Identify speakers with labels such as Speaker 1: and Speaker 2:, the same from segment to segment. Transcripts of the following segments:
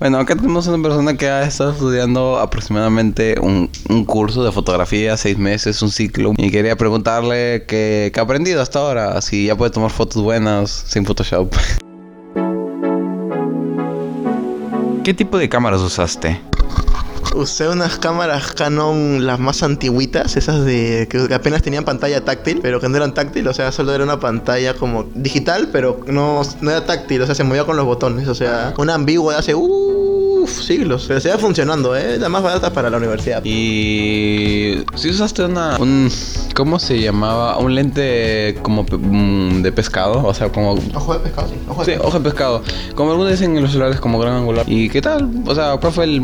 Speaker 1: Bueno, acá tenemos una persona que ha estado estudiando aproximadamente un, un curso de fotografía, seis meses, un ciclo. Y quería preguntarle qué, qué ha aprendido hasta ahora, si ya puede tomar fotos buenas sin Photoshop.
Speaker 2: ¿Qué tipo de cámaras usaste?
Speaker 3: Usé unas cámaras Canon, las más antiguitas, esas de que apenas tenían pantalla táctil, pero que no eran táctil, o sea, solo era una pantalla como digital, pero no, no era táctil, o sea, se movía con los botones, o sea, una ambigua de hace uff, siglos, pero sigue funcionando, ¿eh? Las más baratas para la universidad.
Speaker 1: Y si usaste una, un, ¿cómo se llamaba? Un lente como pe- mm, de pescado, o sea, como
Speaker 3: Ojo de pescado, sí. Ojo
Speaker 1: Sí,
Speaker 3: de pescado.
Speaker 1: hoja de pescado. Como algunos dicen en los celulares, como gran angular. ¿Y qué tal? O sea, ¿cuál fue el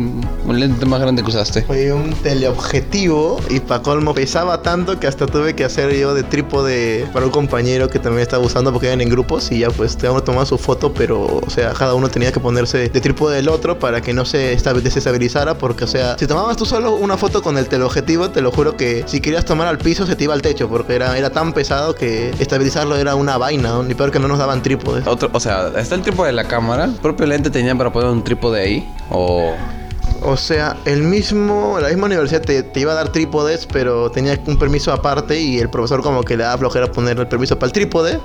Speaker 1: el lente más grande que usaste?
Speaker 3: Fue un teleobjetivo y pa' colmo pesaba tanto que hasta tuve que hacer yo de trípode para un compañero que también estaba usando porque eran en grupos y ya pues cada uno tomaba su foto, pero o sea, cada uno tenía que ponerse de trípode del otro para que no se esta- desestabilizara porque o sea, si tomabas tú solo una foto con el teleobjetivo, te lo juro que si querías tomar al piso se te iba al techo porque era, era tan pesado que estabilizarlo era una vaina, ¿no? ni peor que no nos daban trípodes.
Speaker 1: Otro, o sea, está el trípode de la cámara. ¿El propio lente tenía para poner un trípode ahí? O.
Speaker 3: O sea, el mismo, la misma universidad te, te iba a dar trípodes, pero tenía un permiso aparte y el profesor como que le daba flojera poner el permiso para el trípode,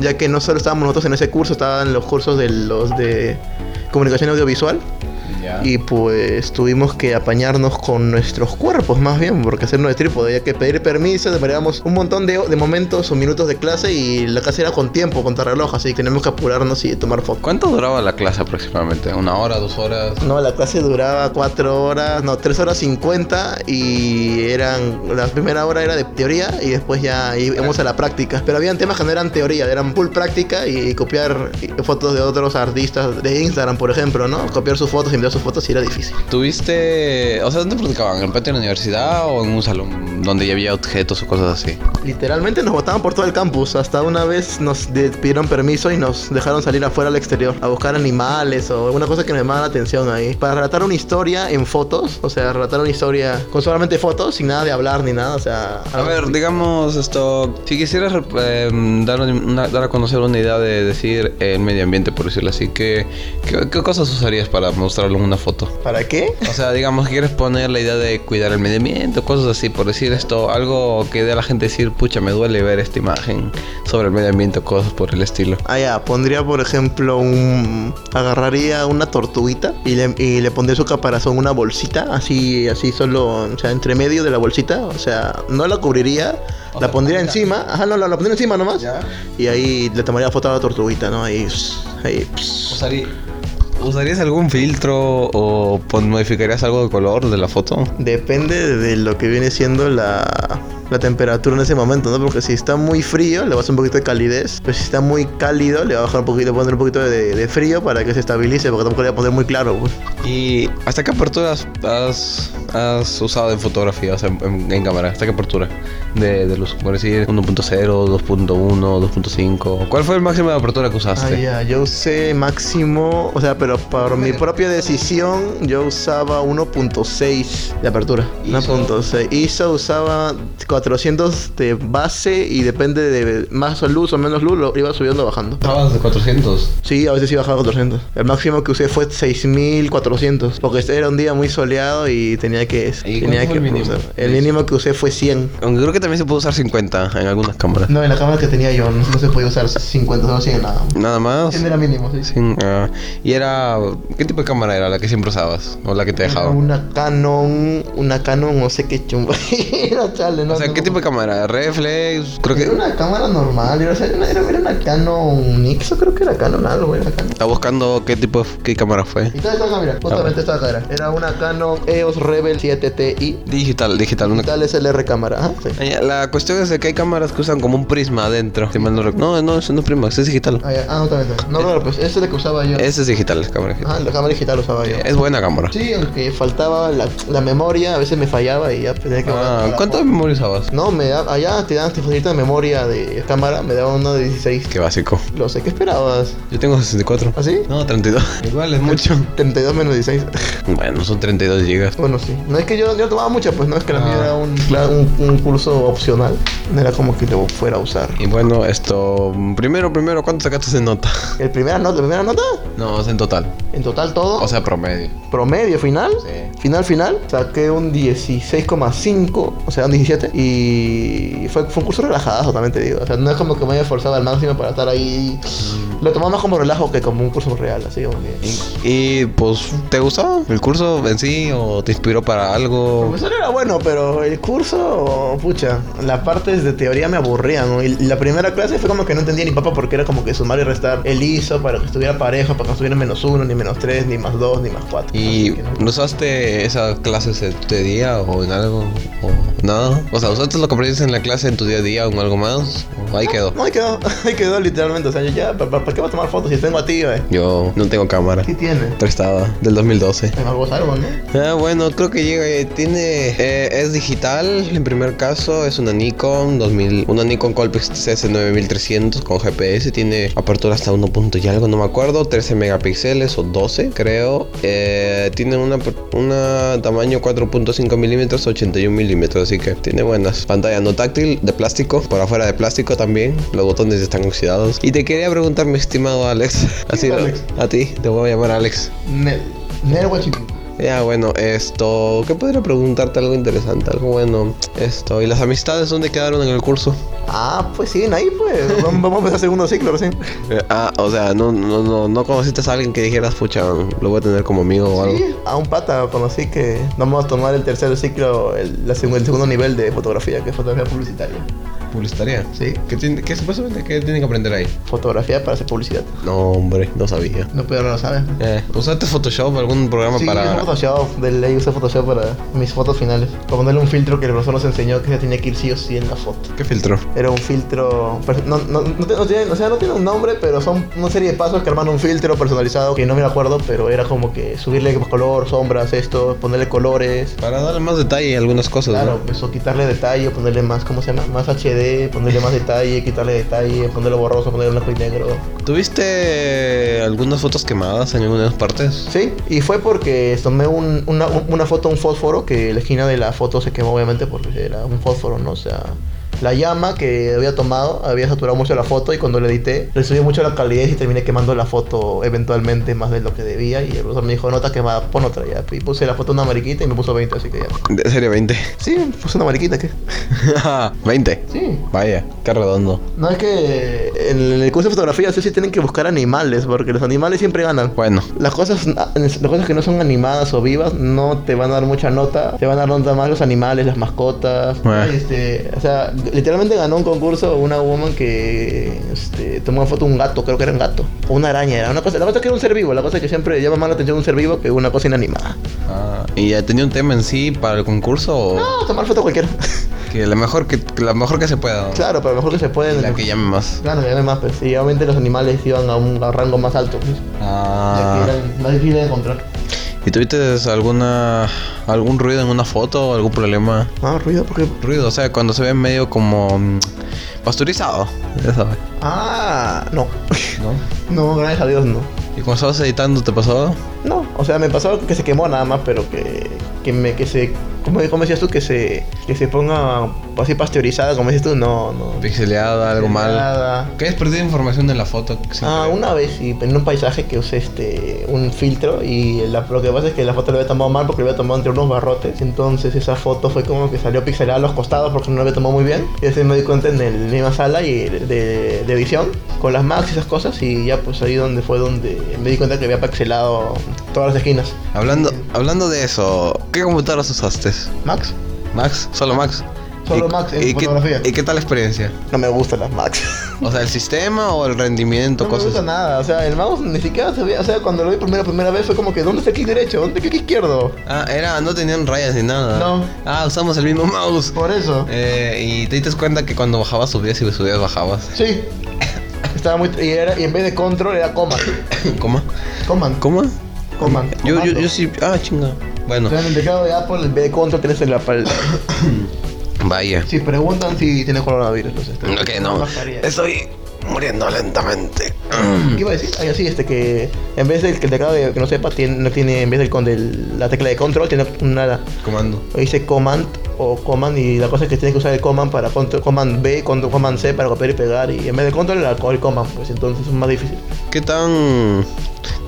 Speaker 3: ya que no solo estábamos nosotros en ese curso, estaban los cursos de los de comunicación audiovisual
Speaker 1: Ah.
Speaker 3: y pues tuvimos que apañarnos con nuestros cuerpos más bien, porque hacernos de trípode, ya que pedir permiso, demorábamos un montón de, de momentos o minutos de clase y la clase era con tiempo, con reloj, así que tenemos que apurarnos y tomar fotos.
Speaker 1: ¿Cuánto duraba la clase aproximadamente? ¿Una hora, dos horas?
Speaker 3: No, la clase duraba 4 horas, no, 3 horas 50 y eran, la primera hora era de teoría y después ya íbamos a la práctica. Pero habían temas que no eran teoría, eran full práctica y, copiar fotos de otros artistas de Instagram, por ejemplo, ¿no? Copiar sus fotos, enviar sus fotos y era difícil.
Speaker 1: ¿Tuviste. O sea, ¿dónde practicaban? ¿En el patio de la universidad o en un salón donde ya había objetos o cosas así?
Speaker 3: Literalmente nos botaban por todo el campus, hasta una vez nos de- pidieron permiso y nos dejaron salir afuera al exterior a buscar animales o alguna cosa que nos llamaba la atención ahí. Para relatar una historia en fotos, o sea, relatar una historia con solamente fotos, sin nada de hablar ni nada, o sea...
Speaker 1: A ver, digamos esto, si quisieras eh, dar, una- dar a conocer una idea de decir el medio ambiente, por decirlo así, ¿qué, qué, qué cosas usarías para mostrarlo en una foto?
Speaker 3: ¿Para qué?
Speaker 1: O sea, digamos, quieres poner la idea de cuidar el medio ambiente, cosas así, por decir esto, algo que dé a la gente decir, pucha, me duele ver esta imagen sobre el medio ambiente, cosas por el estilo.
Speaker 3: Ah, ya, pondría por ejemplo un... Agarraría una tortuguita y le, y le pondría su caparazón una bolsita, así, así solo, o sea, entre medio de la bolsita, o sea, no la cubriría,
Speaker 1: O
Speaker 3: la
Speaker 1: sea,
Speaker 3: pondría
Speaker 1: ahorita.
Speaker 3: encima, ajá, no, la, la pondría encima nomás,
Speaker 1: Ya.
Speaker 3: y ahí le tomaría foto a la tortuguita, ¿no? Ahí, ahí, pues,
Speaker 1: ¿Usarías algún filtro o pon- modificarías algo de color de la foto?
Speaker 3: Depende de lo que viene siendo la, la temperatura en ese momento, ¿no? Porque si está muy frío, le vas a un poquito de calidez. Pero si está muy cálido, le va a bajar un poquito, poner un poquito de, de frío para que se estabilice, porque tampoco le va a poner muy claro, pues.
Speaker 1: ¿Y hasta qué apertura has, has- has usado en fotografía, o sea, en, en- en cámara? ¿Hasta qué apertura? De, de luz, por decir, 1.0, 2.1, 2.5. ¿Cuál fue el máximo de apertura que
Speaker 3: Ah,
Speaker 1: usaste?
Speaker 3: ya, yo usé máximo, o sea, pero por mi propia decisión, yo usaba 1.6 de apertura.
Speaker 1: ISO.
Speaker 3: 1.6. ISO usaba 400 de base y depende de más luz o menos luz, lo iba subiendo o bajando.
Speaker 1: Estabas de 400.
Speaker 3: Sí, a veces sí bajaba a 400. El máximo que usé fue 6400. Porque este era un día muy soleado y tenía que.
Speaker 1: ¿Y cuánto
Speaker 3: tenía
Speaker 1: fue
Speaker 3: que
Speaker 1: el mínimo?
Speaker 3: usar. El mínimo que usé fue 100.
Speaker 1: Aunque creo que también se puede usar 50 en algunas cámaras.
Speaker 3: No, en la cámara que tenía yo no, se podía usar 50, no 100 nada.
Speaker 1: Nada más.
Speaker 3: era mínimo, sí.
Speaker 1: Sin- ah, y era. ¿Qué tipo de cámara era la que siempre usabas? ¿O la que te dejaba?
Speaker 3: Una Canon, una Canon, no sé qué chumba. era chale, no.
Speaker 1: O sea, ¿qué tipo de cámara? ¿Reflex? Creo
Speaker 3: Era
Speaker 1: que.
Speaker 3: una cámara normal, era, o sea, era, era una Canon Nixo, creo que era Canon algo, era Canon.
Speaker 1: Estaba buscando qué tipo de qué cámara fue.
Speaker 3: Y toda esta acá, mira, justamente esta acá era. Era una Canon EOS Rebel 7TI.
Speaker 1: Digital, digital, una
Speaker 3: Tal SLR cámara, ajá, sí.
Speaker 1: Ah, ya, La cuestión es de que hay cámaras que usan como un prisma adentro. Si mal no, recuerdo. no, no, eso no es prisma, eso es digital.
Speaker 3: Ah, ya. Ah, no, también, también. No, claro, pues ese es el que usaba yo.
Speaker 1: Ese es digital, la cámara digital.
Speaker 3: Ajá, la cámara digital usaba yo.
Speaker 1: Es buena cámara.
Speaker 3: Ah, Sí, aunque faltaba la, la memoria, a veces me fallaba y ya pues, tenía que... volver a
Speaker 1: Ah,
Speaker 3: tomar la
Speaker 1: ¿Cuántas
Speaker 3: foto.
Speaker 1: memorias usabas?
Speaker 3: No, me da, allá te dan te facilita de memoria de cámara, me daba uno de 16.
Speaker 1: Qué básico.
Speaker 3: Lo sé, ¿qué esperabas?
Speaker 1: Yo tengo 64.
Speaker 3: ¿Ah, sí?
Speaker 1: No, 32. Igual es mucho.
Speaker 3: 32 menos 16.
Speaker 1: Bueno, son 32 gigas.
Speaker 3: bueno, sí. No es que yo, yo tomaba mucha, pues no, es que la
Speaker 1: Ah.
Speaker 3: mía era un, claro, un, un curso opcional. No era como que lo fuera a usar.
Speaker 1: Y bueno, esto. Primero, primero, ¿cuánto sacaste de nota?
Speaker 3: ¿El primera nota? ¿La primera nota?
Speaker 1: No, es en total.
Speaker 3: En total todo.
Speaker 1: O sea, promedio.
Speaker 3: promedio final.
Speaker 1: Sí.
Speaker 3: Final, final. Saqué un 16,5. O sea, un 17. Y fue, fue un curso relajado, también te digo. O sea, no es como que me haya esforzado al máximo para estar ahí. Lo tomaba más como relajo que como un curso real. Así como que...
Speaker 1: Mm. Y pues, ¿te gustó el curso en sí o te inspiró para
Speaker 3: El
Speaker 1: algo?
Speaker 3: profesor Pues era bueno, pero el curso, pucha, las partes de teoría me aburrían, ¿no? Y la primera clase fue como que no entendía ni papá porque era como que sumar y restar el ISO para que estuviera parejo, para que no estuviera menos uno, ni menos tres, ni más dos, ni más cuatro.
Speaker 1: ¿Y
Speaker 3: Así que no.
Speaker 1: usaste esas clases en tu día o en algo? ¿O nada? O sea, ¿usaste lo que aprendiste en la clase en tu día a día o en algo más? ¿O ahí quedó?
Speaker 3: No, ahí quedó, ahí quedó literalmente. O sea, yo ya, ¿para, para- para qué vas a tomar fotos si tengo a ti, güey?
Speaker 1: Yo no tengo cámara.
Speaker 3: ¿Qué tiene?
Speaker 1: Prestada, del 2012.
Speaker 3: Me algo, ¿no?
Speaker 1: Ah, bueno, creo que llega, eh, tiene, eh, es digital, en primer caso, es una Nikon 2000, una Nikon Colpix CS9300 con GPS, tiene apertura hasta 1 punto y algo, no me acuerdo, 13 megapíxeles o 12 creo, eh, tiene una, per- una tamaño 4.5 milímetros, 81 milímetros, así que tiene buenas, pantalla no táctil, de plástico, por afuera de plástico también, los botones están oxidados, y te quería preguntar, mi estimado Alex, así,
Speaker 3: Alex?
Speaker 1: a ti, te voy a llamar Alex.
Speaker 3: Nel, Nel Huachipín.
Speaker 1: Ya, bueno, esto. ¿Qué podría preguntarte algo interesante? Algo bueno. Esto. ¿Y las amistades dónde quedaron en el curso?
Speaker 3: Ah, pues siguen ahí, pues. Vamos vamos a empezar segundo ciclo recién.
Speaker 1: Eh, ah, o sea, no, no, no, no conociste a alguien que dijeras, pucha, lo voy a tener como amigo o algo.
Speaker 3: Sí, a Ah, un pata conocí que vamos a tomar el tercer ciclo, el, la segun- el segundo nivel de fotografía, que es fotografía publicitaria.
Speaker 1: Publicitaria.
Speaker 3: Sí.
Speaker 1: ¿Qué, tiene, qué supuestamente qué tiene que aprender ahí?
Speaker 3: Fotografía para hacer publicidad.
Speaker 1: No, hombre, no sabía.
Speaker 3: No, pero no lo sabes.
Speaker 1: Eh, ¿Usaste Photoshop algún programa
Speaker 3: Sí,
Speaker 1: para.?
Speaker 3: uso Photoshop, de ley uso Photoshop para mis fotos finales. Para ponerle un filtro que el profesor nos enseñó que se tenía que ir sí o sí en la foto.
Speaker 1: ¿Qué filtro?
Speaker 3: Era un filtro. per- No, no, no, te- no tiene, o sea, no tiene un nombre, pero son una serie de pasos que arman un filtro personalizado que no me acuerdo, pero era como que subirle color, sombras, esto, ponerle colores.
Speaker 1: Para darle más detalle a algunas cosas.
Speaker 3: Claro,
Speaker 1: ¿no?
Speaker 3: pues o quitarle detalle, ponerle más, ¿cómo se llama? Más HD, ponerle más detalle, quitarle detalle, ponerlo borroso, ponerlo blanco y negro.
Speaker 1: ¿Tuviste algunas fotos quemadas en algunas partes?
Speaker 3: Sí, y fue porque tomé un- una, un- una foto, un fósforo, que la esquina de la foto se quemó obviamente porque era un fósforo, ¿no? O sea, la llama que había tomado había saturado mucho la foto y cuando la edité le subí mucho la calidez y terminé quemando la foto eventualmente más de lo que debía y el profesor me dijo, no está quemada, pon otra ya. Y puse la foto en una mariquita y me puso 20, así que ya.
Speaker 1: De serie 20.
Speaker 3: Sí, puse una mariquita, ¿qué?
Speaker 1: 20.
Speaker 3: Sí,
Speaker 1: Vaya, qué redondo.
Speaker 3: No es que en el curso de fotografía sí, sí tienen que buscar animales, porque los animales siempre ganan.
Speaker 1: Bueno,
Speaker 3: Las cosas, las cosas que no son animadas o vivas no te van a dar mucha nota. Te van a dar nota más los animales, las mascotas.
Speaker 1: Bueno.
Speaker 3: Este, o sea, literalmente ganó un concurso una woman que este, tomó una foto de un gato, creo que era un gato. O una araña, era una cosa. La cosa es que era un ser vivo, la cosa es que siempre llama más la atención un ser vivo que una cosa inanimada.
Speaker 1: Ah, ¿Y ya tenía un tema en sí para el concurso o
Speaker 3: No, tomar foto cualquiera.
Speaker 1: que la mejor que, que la mejor que se pueda? ¿no?
Speaker 3: claro, pero mejor que se puede.
Speaker 1: La que llame más.
Speaker 3: Claro, ya no hay más, pues. Y obviamente los animales iban a un a un rango más alto. pues.
Speaker 1: Ah,
Speaker 3: más difícil de encontrar.
Speaker 1: ¿Y tuviste alguna algún ruido en una foto o algún problema?
Speaker 3: Ah, ruido porque.
Speaker 1: Ruido, o sea, cuando se ve medio como mm, pasturizado, ya sabes,
Speaker 3: Ah, no.
Speaker 1: ¿no?
Speaker 3: No, gracias a Dios no.
Speaker 1: ¿Y cuando estabas editando te pasó?
Speaker 3: No, o sea, me pasó que se quemó nada más, pero que, que me que se como cómo decías tú que se que se ponga así pasteurizada, como decías tú, no, no.
Speaker 1: Pixeleada, algo mal.
Speaker 3: Nada.
Speaker 1: ¿Qué has perdido información en la foto? Sí,
Speaker 3: Ah,
Speaker 1: creo.
Speaker 3: una vez y en un paisaje que usé este un filtro y la- lo que pasa es que la foto la había tomado mal porque la había tomado entre unos barrotes. Entonces esa foto fue como que salió pixelada a los costados porque no la había tomado muy bien. Y así me di cuenta en el- la misma sala y de, de edición con las Macs y esas cosas y ya pues ahí donde fue donde me di cuenta que había pixelado todas las esquinas.
Speaker 1: Hablando hablando de eso, ¿qué computadoras usaste?
Speaker 3: Max,
Speaker 1: Max, solo Max. ¿Y-
Speaker 3: Solo Max en
Speaker 1: y qué-
Speaker 3: fotografía.
Speaker 1: ¿Y qué tal la experiencia?
Speaker 3: no me gustan las Macs.
Speaker 1: O sea, el sistema o el rendimiento,
Speaker 3: No me
Speaker 1: cosas.
Speaker 3: gusta nada, o sea, el mouse ni siquiera se veía, o sea, cuando lo vi primera primera vez fue como que ¿dónde está el clic derecho? ¿Dónde está el clic izquierdo?
Speaker 1: Ah, era, no tenían rayas ni nada.
Speaker 3: No.
Speaker 1: Ah, usamos el mismo mouse.
Speaker 3: Por eso.
Speaker 1: Eh, y te diste cuenta que cuando bajabas subías y subías bajabas.
Speaker 3: Sí. Estaba muy. Y, era, y en vez de control era command.
Speaker 1: ¿Cómo?
Speaker 3: Command.
Speaker 1: ¿Cómo?
Speaker 3: Command.
Speaker 1: Yo, yo,
Speaker 3: comando.
Speaker 1: yo sí. Ah, chinga. Bueno,
Speaker 3: O sea, en el teclado de Apple, en vez de control, tienes el Apple.
Speaker 1: vaya.
Speaker 3: si preguntan si tienes coronavirus, los este.
Speaker 1: Ok, no.
Speaker 3: mascarilla.
Speaker 1: Estoy muriendo lentamente.
Speaker 3: ¿Qué iba a decir? Ahí así, este que en vez del que el teclado de, que no sepa, tiene, no tiene, en vez del con del- la tecla de control, tiene una.
Speaker 1: Comando.
Speaker 3: Dice command o command y la cosa es que tienes que usar el command para control, command B, control, command C para copiar y pegar y en vez de control el, el command, pues entonces es más difícil.
Speaker 1: ¿Qué tan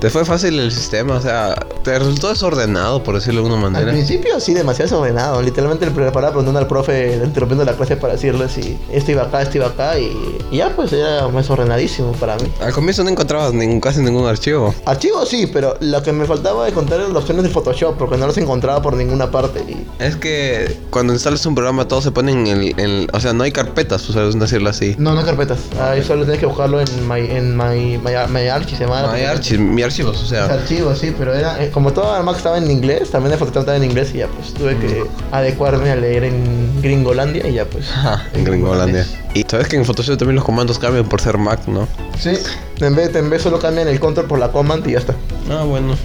Speaker 1: Te fue fácil el sistema, o sea, te resultó desordenado, por decirlo de alguna
Speaker 3: Al
Speaker 1: manera.
Speaker 3: principio sí, demasiado desordenado. Literalmente le preparaba preguntando al profe, interrumpiendo la clase para decirle si esto iba acá, esto iba acá. Y, y ya pues era más ordenadísimo para mí.
Speaker 1: Al comienzo no encontrabas ningún, casi ningún archivo.
Speaker 3: Archivos sí, pero lo que me faltaba de contar eran las opciones de Photoshop, porque no los encontraba por ninguna parte. Y
Speaker 1: Es que cuando instalas un programa todos se ponen en el... en- o sea, no hay carpetas, por decirlo así.
Speaker 3: No, no carpetas. Ahí solo tienes que buscarlo en My, en my, my, My Archie, se llama.
Speaker 1: No hay archivos, mi archivos, o
Speaker 3: Es
Speaker 1: sea...
Speaker 3: archivo, sí, pero era. eh, como todo Mac estaba en inglés, también el Photoshop estaba en inglés y ya pues tuve
Speaker 1: Mm.
Speaker 3: que adecuarme a leer en Gringolandia y ya pues.
Speaker 1: Ajá, en Gringolandia. Y sabes que en Photoshop también los comandos cambian por ser Mac, ¿no?
Speaker 3: Sí. En vez, en vez solo cambian el control por la command y ya está.
Speaker 1: Ah, bueno.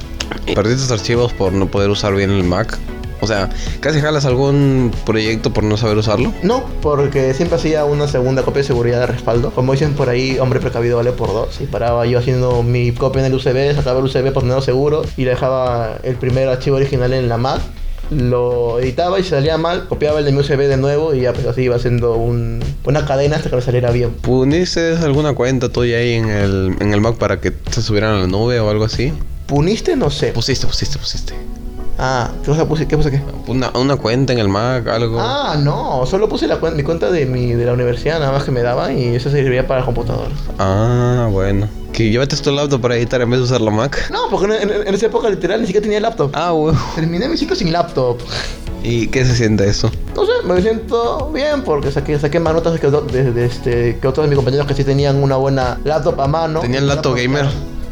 Speaker 1: Perdí tus archivos por no poder usar bien el Mac. O sea, casi jalas algún proyecto por no saber usarlo.
Speaker 3: No, porque siempre hacía una segunda copia de seguridad de respaldo. Como dicen por ahí, hombre precavido vale por dos. Y paraba yo haciendo mi copia en el USB, sacaba el USB por tenerlo seguro y dejaba el primer archivo original en la Mac. Lo editaba y si salía mal, copiaba el de mi USB de nuevo y ya pues así iba haciendo un- una cadena hasta que me saliera bien.
Speaker 1: ¿Puniste alguna cuenta tuya ahí en el, en el Mac para que se subieran a la nube o algo así?
Speaker 3: ¿Puniste? No sé.
Speaker 1: Pusiste, pusiste, pusiste.
Speaker 3: Ah, ¿qué cosa puse? ¿Qué puse qué?
Speaker 1: Una, una cuenta en el Mac, algo.
Speaker 3: Ah, no, solo puse la cuen- mi cuenta de, mi, de la universidad nada más que me daban y eso servía para el computador.
Speaker 1: Ah, bueno. Que llevaste tu laptop para editar en vez de usar la Mac.
Speaker 3: No, porque en, en- en esa época literal ni siquiera tenía laptop.
Speaker 1: Ah, huevo.
Speaker 3: Terminé mi ciclo sin laptop.
Speaker 1: ¿Y qué se siente eso?
Speaker 3: No sé, me siento bien porque saqué, saqué más notas que, otro- de- de este, que otros de mis compañeros que sí tenían una buena laptop a mano.
Speaker 1: ¿Tenían laptop gamer?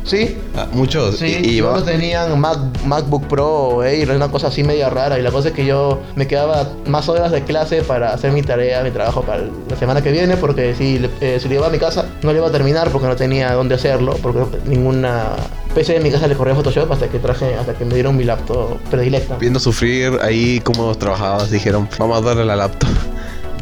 Speaker 3: Sí.
Speaker 1: Ah, muchos.
Speaker 3: Sí,
Speaker 1: y,
Speaker 3: y
Speaker 1: y va-
Speaker 3: otros tenían Mac- MacBook Pro, eh, y era una cosa así media rara. Y la cosa es que yo me quedaba más horas de clase para hacer mi tarea, mi trabajo para la semana que viene, porque si, le- eh, si lo llevaba a mi casa no le iba a terminar porque no tenía dónde hacerlo, porque ninguna PC de mi casa le corría Photoshop hasta que traje, hasta que me dieron mi laptop predilecta.
Speaker 1: viendo sufrir ahí cómo trabajabas, dijeron, vamos a darle la laptop.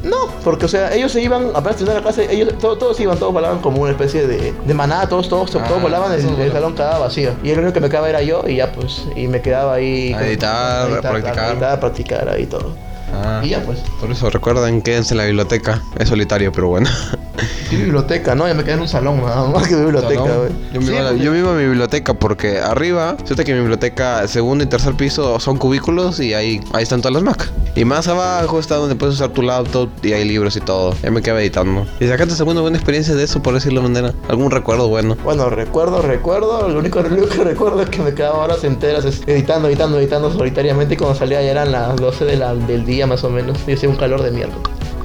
Speaker 3: No, porque o sea, ellos se iban, apenas terminaba la clase, ellos to- todos se iban, todos volaban como una especie de, de manada, todos, todos,
Speaker 1: Ah,
Speaker 3: todos volaban, el,
Speaker 1: todos
Speaker 3: el
Speaker 1: volaban.
Speaker 3: salón quedaba vacío. Y el único que me quedaba era yo y ya pues, y me quedaba ahí.
Speaker 1: A editar, a practicar.
Speaker 3: A editar, practicar ahí todo.
Speaker 1: Ah.
Speaker 3: Y ya pues.
Speaker 1: Por eso recuerden, quédense en la biblioteca. Es solitario, pero bueno.
Speaker 3: Qué biblioteca, ¿no? Ya me quedé en un salón nada más que biblioteca,
Speaker 1: Salón.
Speaker 3: güey.
Speaker 1: Yo, me
Speaker 3: Sí, pues,
Speaker 1: iba a la-
Speaker 3: porque-
Speaker 1: yo me iba a mi biblioteca porque arriba, fíjate que mi biblioteca, segundo y tercer piso son cubículos y ahí, ahí están todas las Mac. Y más abajo está donde puedes usar tu laptop y hay libros y todo. Ya me quedaba editando. ¿Y sacaste alguna buena experiencia de eso, por decirlo de manera? ¿Algún recuerdo bueno?
Speaker 3: Bueno, recuerdo, recuerdo, lo único, lo único que recuerdo es que me quedaba horas enteras es- editando, editando, editando solitariamente y cuando salía ya eran las 12 de la- del día más o menos y hacía un calor de mierda.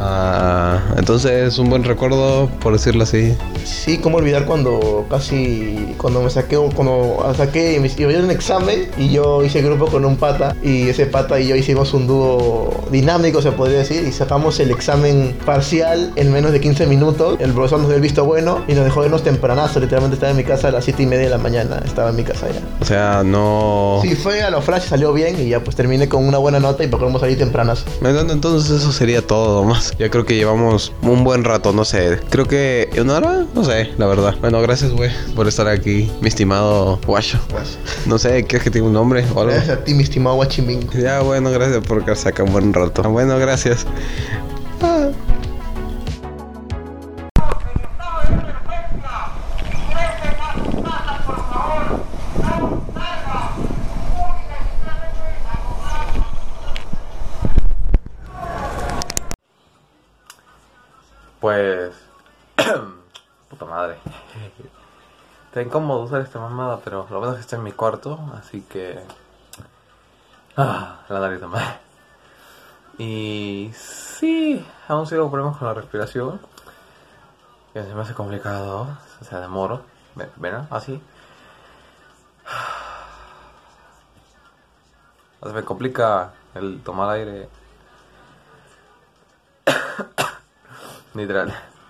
Speaker 1: Ah, entonces un buen recuerdo, por decirlo así.
Speaker 3: Sí, cómo olvidar cuando casi, cuando me saqué, un- cuando saqué, y me iba a un examen y yo hice grupo con un pata y ese pata y yo hicimos un dúo dinámico, se podría decir, y sacamos el examen parcial en menos de 15 minutos. El profesor nos dio el visto bueno y nos dejó irnos tempranazo, literalmente estaba en mi casa a las 7 y media de la mañana, estaba en mi casa ya.
Speaker 1: O sea, no...
Speaker 3: Sí, fue a los flash, salió bien y ya pues terminé con una buena nota y pues, podemos salir tempranazo.
Speaker 1: Bueno, Entonces eso sería todo más. Ya creo que llevamos un buen rato, no sé. Creo que una hora, no sé, la verdad. Bueno, gracias, güey, por estar aquí, mi estimado guacho. No sé, ¿quieres que tenga un nombre o algo?
Speaker 3: Gracias a ti, mi estimado Guachimingo.
Speaker 1: Ya, bueno, gracias por quedarse acá un buen rato. Bueno, gracias. Ah.
Speaker 2: Pues. Puta madre. Está incómodo usar esta mamada, pero lo bueno es que está en mi cuarto, así que. Ah, la nariz nomás. Y. Sí, aún sigo con problemas con la respiración. Que se me hace complicado, o sea, demoro. Ve- Ah, ¿Ven? Así. Se me complica el tomar aire. Literal.